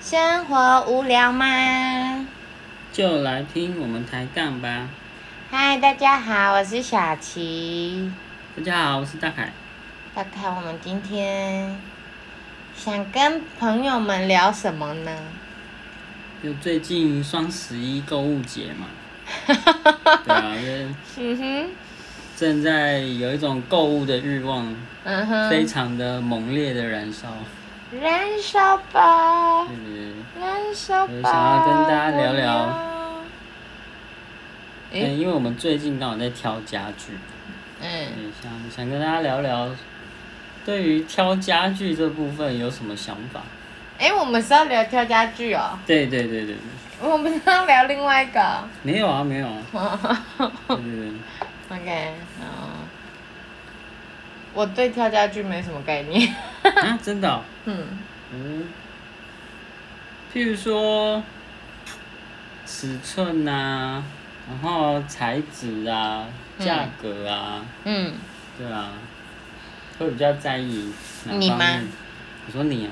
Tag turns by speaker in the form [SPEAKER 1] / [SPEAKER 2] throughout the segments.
[SPEAKER 1] 生活无聊吗？
[SPEAKER 2] 就来听我们抬杠吧。
[SPEAKER 1] 嗨，大家好，我是小琪。
[SPEAKER 2] 大家好，我是大凯。
[SPEAKER 1] 大概我们今天想跟朋友们聊什么呢？
[SPEAKER 2] 就最近双十一购物节嘛，对啊，就是
[SPEAKER 1] 嗯哼，
[SPEAKER 2] 正在有一种购物的欲望，
[SPEAKER 1] 嗯
[SPEAKER 2] 非
[SPEAKER 1] 哼，
[SPEAKER 2] 常的猛烈的燃烧，
[SPEAKER 1] 燃烧吧
[SPEAKER 2] 对，不对？
[SPEAKER 1] 燃烧吧。
[SPEAKER 2] 我想要跟大家聊聊
[SPEAKER 1] 诶
[SPEAKER 2] 嗯，因为我们最近刚好在挑家具，
[SPEAKER 1] 嗯，
[SPEAKER 2] 对，想想跟大家聊聊，对于挑家具这部分有什么想法？
[SPEAKER 1] 哎，我们是要聊挑家具哦，
[SPEAKER 2] 对对对对，对
[SPEAKER 1] 我们是要聊另外一个哦。
[SPEAKER 2] 没有啊没有啊，对对对，
[SPEAKER 1] OK，嗯，我对挑家具没什么概念。
[SPEAKER 2] 啊真的哦、
[SPEAKER 1] 嗯，
[SPEAKER 2] 嗯，譬如说尺寸啊，然后材质啊，价格啊，
[SPEAKER 1] 嗯，
[SPEAKER 2] 对啊，会比较在意哪
[SPEAKER 1] 你
[SPEAKER 2] 方面
[SPEAKER 1] 吗？
[SPEAKER 2] 我说你啊，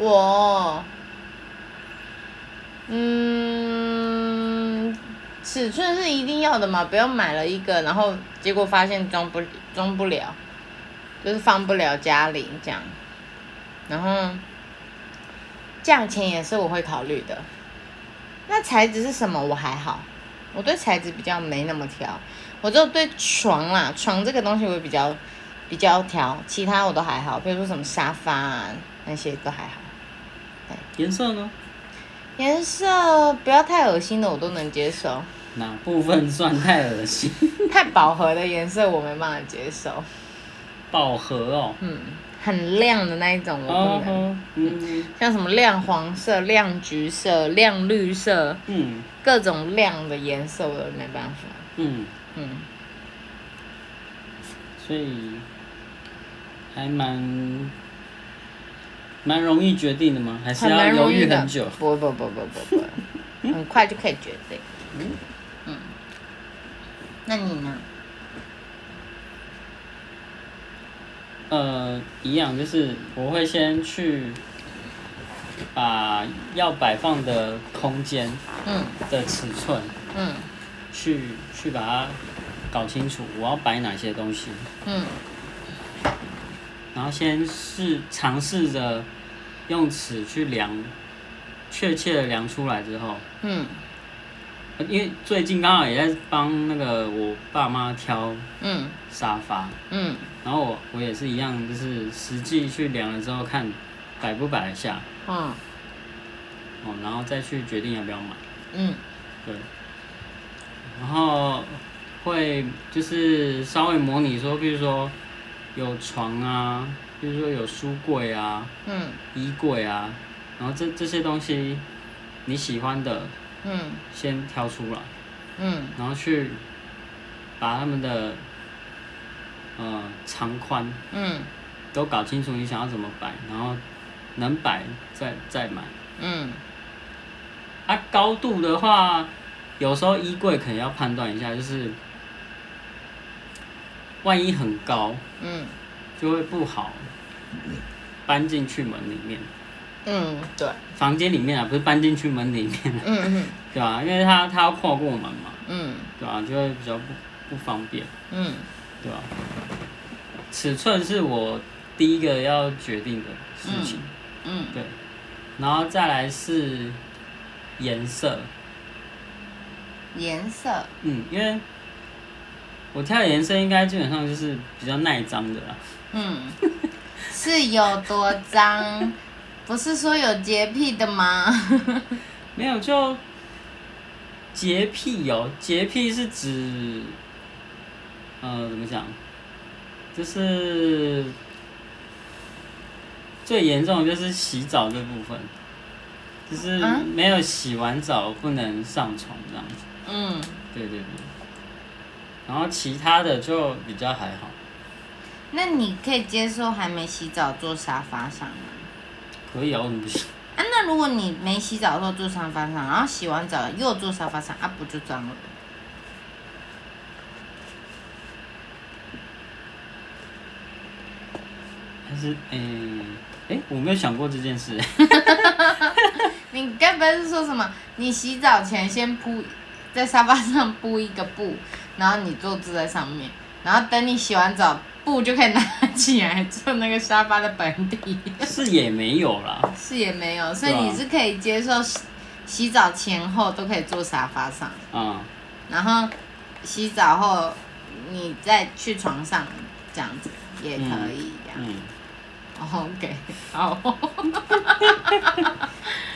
[SPEAKER 1] 我，嗯，尺寸是一定要的嘛，不要买了一个，然后结果发现装不装不了，就是放不了家里这样。然后，价钱也是我会考虑的。那材质是什么？我还好，我对材质比较没那么挑，我就对床啦，床这个东西我比较比较挑，其他我都还好，比如说什么沙发啊那些都还好。
[SPEAKER 2] 颜色呢？
[SPEAKER 1] 颜色不要太恶心的我都能接受，
[SPEAKER 2] 哪部分算太恶心？
[SPEAKER 1] 太饱和的颜色我没办法接受。
[SPEAKER 2] 饱和哦。
[SPEAKER 1] 嗯，很亮的那一种我
[SPEAKER 2] 哦
[SPEAKER 1] 不能，
[SPEAKER 2] 吼，嗯
[SPEAKER 1] 像什么亮黄色、亮橘色、亮绿色，
[SPEAKER 2] 嗯
[SPEAKER 1] 各种亮的颜色我都没办法。
[SPEAKER 2] 嗯，
[SPEAKER 1] 嗯，
[SPEAKER 2] 所以还蛮蛮容易决定的吗？还是
[SPEAKER 1] 很
[SPEAKER 2] 要
[SPEAKER 1] 蛮
[SPEAKER 2] 犹
[SPEAKER 1] 容易
[SPEAKER 2] 豫
[SPEAKER 1] 的。
[SPEAKER 2] 很久？
[SPEAKER 1] 不不不不不不，很快就可以决定。嗯
[SPEAKER 2] 嗯
[SPEAKER 1] 那你呢？
[SPEAKER 2] 呃，一样，就是我会先去把要摆放的空间
[SPEAKER 1] 嗯
[SPEAKER 2] 的尺寸
[SPEAKER 1] 嗯
[SPEAKER 2] 去去把它搞清楚，我要摆哪些东西，
[SPEAKER 1] 嗯
[SPEAKER 2] 然后先试尝试着用尺去量，确切的量出来之后，
[SPEAKER 1] 嗯
[SPEAKER 2] 呃因为最近刚好也在帮那个我爸妈挑
[SPEAKER 1] 嗯
[SPEAKER 2] 沙发，
[SPEAKER 1] 嗯
[SPEAKER 2] 然后我我也是一样，就是实际去量了之后看摆不摆得下
[SPEAKER 1] 嗯
[SPEAKER 2] 哦，然后再去决定要不要买。
[SPEAKER 1] 嗯
[SPEAKER 2] 对，然后会就是稍微模拟说，比如说有床啊，比如说有书柜啊、
[SPEAKER 1] 嗯
[SPEAKER 2] 衣柜啊，然后这这些东西你喜欢的
[SPEAKER 1] 嗯
[SPEAKER 2] 先挑出来，
[SPEAKER 1] 嗯。
[SPEAKER 2] 然后去把它们的呃长宽
[SPEAKER 1] 嗯
[SPEAKER 2] 都搞清楚，你想要怎么摆，然后能摆再再买。
[SPEAKER 1] 嗯
[SPEAKER 2] 啊，高度的话，有时候衣柜可能要判断一下，就是万一很高，
[SPEAKER 1] 嗯
[SPEAKER 2] 就会不好搬进去门里面，
[SPEAKER 1] 嗯，对，
[SPEAKER 2] 房间里面啊，不是搬进去门里面，啊
[SPEAKER 1] 嗯
[SPEAKER 2] 对吧、因为它它要跨过门嘛，
[SPEAKER 1] 嗯
[SPEAKER 2] 对吧、就会比较不不方便，
[SPEAKER 1] 嗯
[SPEAKER 2] 对吧、尺寸是我第一个要决定的事情，
[SPEAKER 1] 嗯
[SPEAKER 2] 对，然后再来是颜色，
[SPEAKER 1] 嗯，颜色，
[SPEAKER 2] 嗯，因为我挑的颜色应该基本上就是比较耐脏的啦。
[SPEAKER 1] 嗯，是有多脏？不是说有洁癖的吗？
[SPEAKER 2] 没有就洁癖哦，洁癖是指，呃，怎么讲？就是最严重的就是洗澡这部分，就是
[SPEAKER 1] 啊
[SPEAKER 2] 没有洗完澡不能上床这样子。
[SPEAKER 1] 嗯，
[SPEAKER 2] 对对对。然后其他的就比较还好，
[SPEAKER 1] 那你可以接受还没洗澡坐沙发上吗？
[SPEAKER 2] 可以啊，为什么不行？
[SPEAKER 1] 啊，那如果你没洗澡的时候坐沙发上，然后洗完澡又坐沙发上，啊，不就脏了？
[SPEAKER 2] 但是，诶、哎、我没有想过这件事。
[SPEAKER 1] 你该不会是说什么？你洗澡前先铺在沙发上铺一个布，然后你坐坐在上面，然后等你洗完澡，布就可以拿起来做那个沙发的本体。
[SPEAKER 2] 是也没有啦，
[SPEAKER 1] 是也没有，所以
[SPEAKER 2] 对啊
[SPEAKER 1] 你是可以接受洗洗澡前后都可以坐沙发上，
[SPEAKER 2] 啊、
[SPEAKER 1] 然后洗澡后你再去床上这样子也可以这样。
[SPEAKER 2] 嗯，
[SPEAKER 1] OK，好，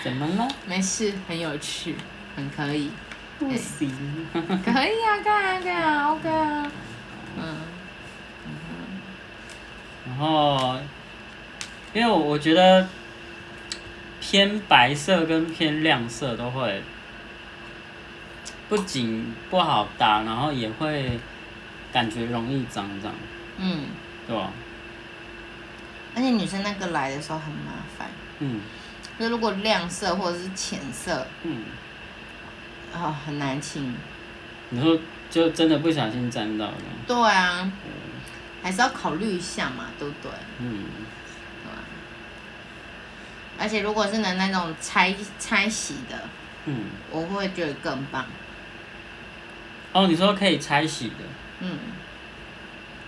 [SPEAKER 2] 怎么了？
[SPEAKER 1] 没事，很有趣，很可以。
[SPEAKER 2] 不行，
[SPEAKER 1] 可以啊，干啊干啊，OK 啊，嗯，
[SPEAKER 2] 然后，因为我我觉得偏白色跟偏亮色都会不仅不好搭，然后也会感觉容易脏脏，
[SPEAKER 1] 嗯，
[SPEAKER 2] 对吧？
[SPEAKER 1] 而且女生那个来的时候很麻烦，
[SPEAKER 2] 嗯
[SPEAKER 1] 就如果亮色或者是浅色，
[SPEAKER 2] 嗯，
[SPEAKER 1] 啊、很难清。
[SPEAKER 2] 你说就真的不小心沾到的，
[SPEAKER 1] 对啊，还是要考虑一下嘛，对不对？
[SPEAKER 2] 嗯
[SPEAKER 1] 而且如果是能那种拆拆洗的，
[SPEAKER 2] 嗯。
[SPEAKER 1] 我会觉得更棒。
[SPEAKER 2] 哦，你说可以拆洗的，
[SPEAKER 1] 嗯，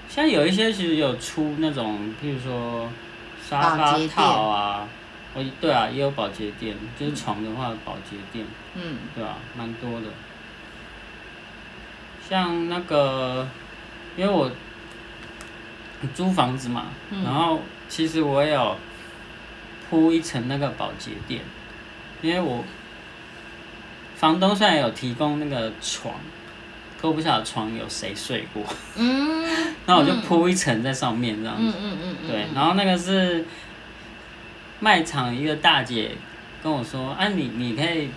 [SPEAKER 2] 现在有一些其实有出那种，譬如说沙
[SPEAKER 1] 保
[SPEAKER 2] 发
[SPEAKER 1] 洁垫
[SPEAKER 2] 套啊，我对啊，也有保洁垫，就是床的话保洁垫，
[SPEAKER 1] 嗯，
[SPEAKER 2] 对啊，蛮多的。像那个，因为我租房子嘛，然后其实我也有铺一层那个保洁垫，因为我房东虽然有提供那个床，可我不晓得床有谁睡过，
[SPEAKER 1] 嗯，
[SPEAKER 2] 那我就铺一层在上面这样
[SPEAKER 1] 嗯
[SPEAKER 2] 子。
[SPEAKER 1] 嗯嗯嗯，
[SPEAKER 2] 对，然后那个是卖场一个大姐跟我说，啊你你可以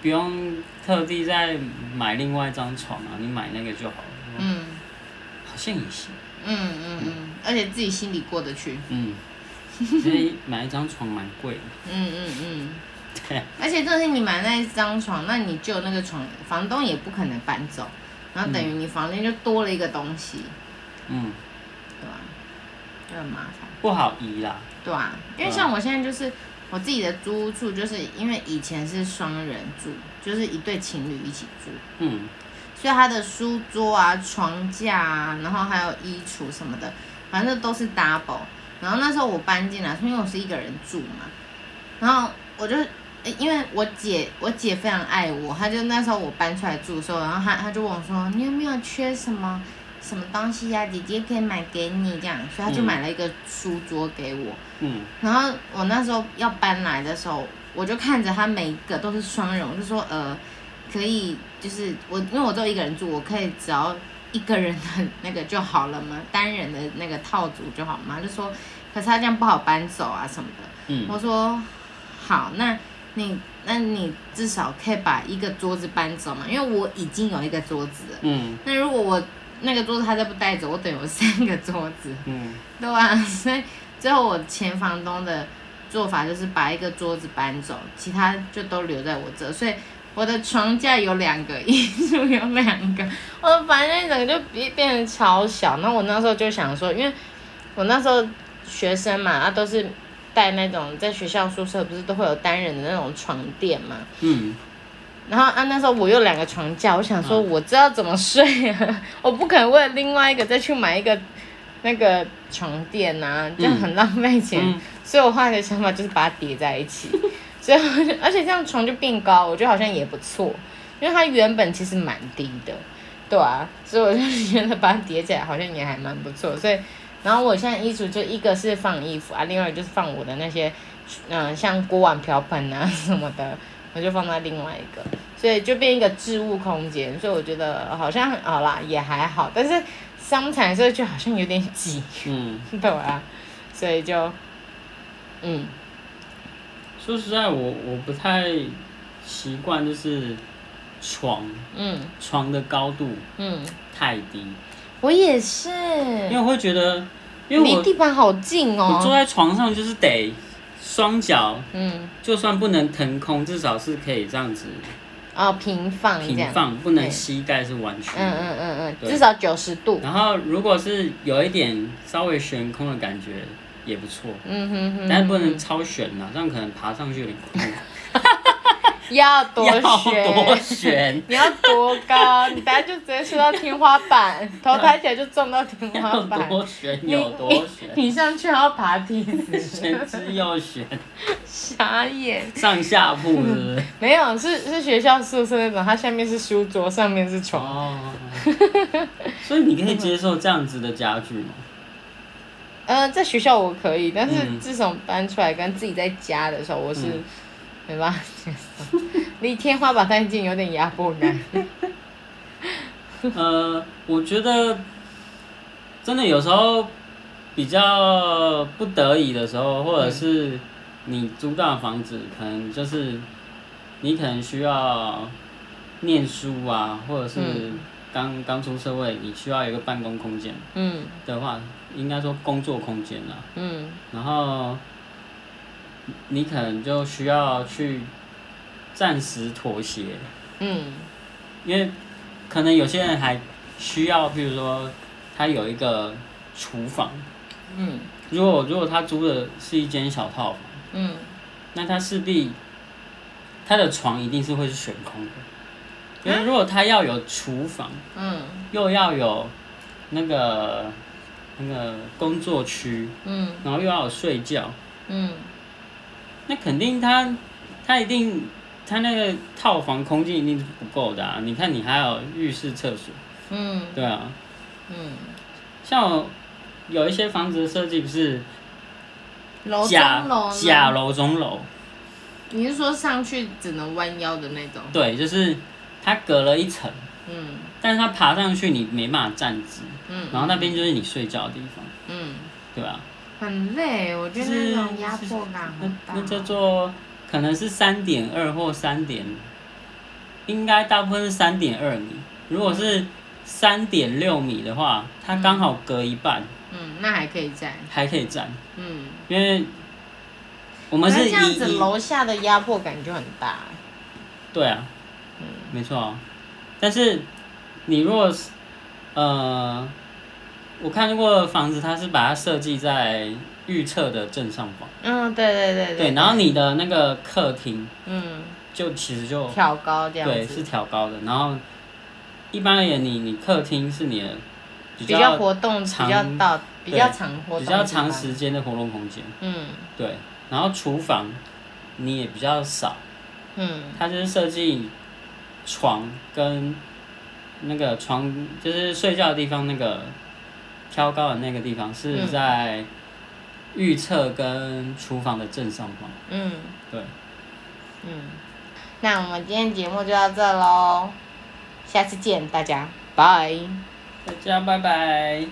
[SPEAKER 2] 不用特地再买另外一张床啊，你买那个就好了。
[SPEAKER 1] 嗯
[SPEAKER 2] 好像也行，
[SPEAKER 1] 嗯嗯嗯，而且自己心里过得去。
[SPEAKER 2] 嗯，因为买一张床蛮贵的。
[SPEAKER 1] 嗯嗯嗯。
[SPEAKER 2] 对，
[SPEAKER 1] 而且这是你买那一张床，那你就那个床，房东也不可能搬走，然后等于你房间就多了一个东西，
[SPEAKER 2] 嗯，
[SPEAKER 1] 对吧？就很麻烦，
[SPEAKER 2] 不好移啦。
[SPEAKER 1] 对啊，因为像我现在就是我自己的租屋处，就是因为以前是双人住，就是一对情侣一起住，
[SPEAKER 2] 嗯
[SPEAKER 1] 所以他的书桌啊、床架啊，然后还有衣橱什么的，反正都是 double。然后那时候我搬进来，因为我是一个人住嘛，然后我就诶因为我姐，我姐非常爱我，她就那时候我搬出来住的时候，然后她她就问我说：“你有没有缺什么什么东西呀、姐姐可以买给你这样。”所以她就
[SPEAKER 2] 嗯
[SPEAKER 1] 买了一个书桌给我。
[SPEAKER 2] 嗯
[SPEAKER 1] 然后我那时候要搬来的时候，我就看着他每一个都是双人，我就说呃，可以就是我因为我只有一个人住，我可以只要一个人的那个就好了嘛，单人的那个套组就好嘛。他就说，可是他这样不好搬走啊什么的。
[SPEAKER 2] 嗯
[SPEAKER 1] 我说好，那你那你至少可以把一个桌子搬走嘛，因为我已经有一个桌子了。
[SPEAKER 2] 嗯
[SPEAKER 1] 那如果我那个桌子他再不带走，我等于有三个桌子。
[SPEAKER 2] 嗯
[SPEAKER 1] 对啊， 所以最后我前房东的做法就是把一个桌子搬走，其他就都留在我这，所以我的床架有两个， 衣橱有两个，我的房间整个就变变得超小。那我那时候就想说，因为我那时候学生嘛，啊都是带那种在学校宿舍不是都会有单人的那种床垫嘛，
[SPEAKER 2] 嗯
[SPEAKER 1] 然后啊，那时候我有两个床架，我想说我知道怎么睡啊，我不可能为了另外一个再去买一个那个床垫啊，这样很浪费钱。
[SPEAKER 2] 嗯
[SPEAKER 1] 所以我后来的想法就是把它叠在一起， 所以我就而且这样床就变高，我觉得好像也不错，因为它原本其实蛮低的，对啊，所以我就觉得把它叠起来好像也还蛮不错。所以，然后我现在衣橱就一个是放衣服啊，另外就是放我的那些，嗯、像锅碗瓢盆啊什么的，我就放在另外一个，所以就变一个置物空间。所以我觉得好像好啦，也还好，但是商场的时候就好像有点挤，
[SPEAKER 2] 嗯，
[SPEAKER 1] 对啊，所以就，嗯。
[SPEAKER 2] 说实在，我我不太习惯，就是床
[SPEAKER 1] 嗯
[SPEAKER 2] 床的高度
[SPEAKER 1] 嗯，
[SPEAKER 2] 太低，
[SPEAKER 1] 我也是，
[SPEAKER 2] 因为我会觉得，因为
[SPEAKER 1] 离
[SPEAKER 2] 我
[SPEAKER 1] 地板好近
[SPEAKER 2] 我坐
[SPEAKER 1] 哦。
[SPEAKER 2] 在床上就是得双脚，
[SPEAKER 1] 嗯，
[SPEAKER 2] 就算不能腾空，至少是可以这样子
[SPEAKER 1] 哦，平放这
[SPEAKER 2] 平
[SPEAKER 1] 样。
[SPEAKER 2] 放，不能
[SPEAKER 1] 对
[SPEAKER 2] 膝盖是弯曲
[SPEAKER 1] 嗯
[SPEAKER 2] 的。
[SPEAKER 1] 嗯嗯嗯，
[SPEAKER 2] 对
[SPEAKER 1] 至少九十度。
[SPEAKER 2] 然后如果是有一点稍微悬空的感觉，也不错，
[SPEAKER 1] 嗯哼哼，
[SPEAKER 2] 但是不能超悬啊呐、这样可能爬上去有点困难。
[SPEAKER 1] 要多
[SPEAKER 2] 要
[SPEAKER 1] 学，
[SPEAKER 2] 多悬，
[SPEAKER 1] 你要多高？你等下就直接射到天花板，头抬起来就撞到天花
[SPEAKER 2] 要
[SPEAKER 1] 板。
[SPEAKER 2] 多悬，
[SPEAKER 1] 你
[SPEAKER 2] 有多 悬，
[SPEAKER 1] 你你上去还要爬梯子，
[SPEAKER 2] 先知要悬，
[SPEAKER 1] 傻眼。
[SPEAKER 2] 上下铺是不是？
[SPEAKER 1] 没有，是是学校宿舍那种，它下面是书桌，上面是床。
[SPEAKER 2] 哦，所以你可以接受这样子的家具吗？
[SPEAKER 1] 呃，在学校我可以，但是
[SPEAKER 2] 嗯
[SPEAKER 1] 自从搬出来跟自己在家的时候，我是
[SPEAKER 2] 嗯
[SPEAKER 1] 没办法接受，离天花板太近有点压迫感。
[SPEAKER 2] 呃，我觉得真的有时候比较不得已的时候，或者是你租到的房子，可能就是你可能需要念书啊，或者是
[SPEAKER 1] 嗯
[SPEAKER 2] 刚刚出社会，你需要一个办公空间
[SPEAKER 1] 嗯
[SPEAKER 2] 的话，应该说工作空间啊，
[SPEAKER 1] 嗯
[SPEAKER 2] 然后你可能就需要去暂时妥协，
[SPEAKER 1] 嗯
[SPEAKER 2] 因为可能有些人还需要，比如说他有一个厨房，
[SPEAKER 1] 嗯
[SPEAKER 2] 如果如果他租的是一间小套房，
[SPEAKER 1] 嗯，
[SPEAKER 2] 那他势必他的床一定是会是悬空的，因为如果他要有厨房，
[SPEAKER 1] 嗯
[SPEAKER 2] 又要有那个那个工作区，
[SPEAKER 1] 嗯
[SPEAKER 2] 然后又要有睡觉，
[SPEAKER 1] 嗯
[SPEAKER 2] 那肯定他他一定他那个套房空间一定是不够的啊！你看你还有浴室、厕所，
[SPEAKER 1] 嗯
[SPEAKER 2] 对啊，
[SPEAKER 1] 嗯，
[SPEAKER 2] 像我有一些房子的设计不是
[SPEAKER 1] 楼中
[SPEAKER 2] 假
[SPEAKER 1] 楼呢
[SPEAKER 2] 假楼中楼，
[SPEAKER 1] 你是说上去只能弯腰的那种？
[SPEAKER 2] 对，就是它隔了一层，
[SPEAKER 1] 嗯
[SPEAKER 2] 但是它爬上去你没办法站直，
[SPEAKER 1] 嗯
[SPEAKER 2] 然后那边就是你睡觉的地方，
[SPEAKER 1] 嗯，
[SPEAKER 2] 对啊吧、
[SPEAKER 1] 很累，我觉得
[SPEAKER 2] 就是
[SPEAKER 1] 那种压迫感
[SPEAKER 2] 那
[SPEAKER 1] 很大。
[SPEAKER 2] 那叫做可能是三点二或三点，应该大部分是三点二米。如果
[SPEAKER 1] 嗯
[SPEAKER 2] 是三点六米的话，它刚好隔一半，
[SPEAKER 1] 嗯，那还可以站。
[SPEAKER 2] 还可以站，
[SPEAKER 1] 嗯，
[SPEAKER 2] 因为我
[SPEAKER 1] 可
[SPEAKER 2] 们是
[SPEAKER 1] 是这样
[SPEAKER 2] 以
[SPEAKER 1] 子
[SPEAKER 2] 以
[SPEAKER 1] 楼下的压迫感就很大。
[SPEAKER 2] 对啊，没错啊。但是你如果是呃，我看过的房子，它是把它设计在预测的正上方，
[SPEAKER 1] 嗯，对对对
[SPEAKER 2] 对，然后你的那个客厅
[SPEAKER 1] 嗯，
[SPEAKER 2] 就其实就
[SPEAKER 1] 挑高这样
[SPEAKER 2] 对
[SPEAKER 1] 子
[SPEAKER 2] 是，调高的，然后一般而言你，你客厅是你的比
[SPEAKER 1] 比较
[SPEAKER 2] 较
[SPEAKER 1] 活动比
[SPEAKER 2] 长
[SPEAKER 1] 较到比较长活动啊
[SPEAKER 2] 比较
[SPEAKER 1] 的地方
[SPEAKER 2] 长。时间的活动空间，
[SPEAKER 1] 嗯
[SPEAKER 2] 对，然后厨房你也比较少，
[SPEAKER 1] 嗯
[SPEAKER 2] 它就是设计床跟那个床，就是睡觉的地方那个挑高的那个地方是
[SPEAKER 1] 嗯
[SPEAKER 2] 在预测跟厨房的正上方。
[SPEAKER 1] 嗯
[SPEAKER 2] 对，
[SPEAKER 1] 嗯，那我们今天节目就到这喽，下次见大家，拜。
[SPEAKER 2] 大家拜拜。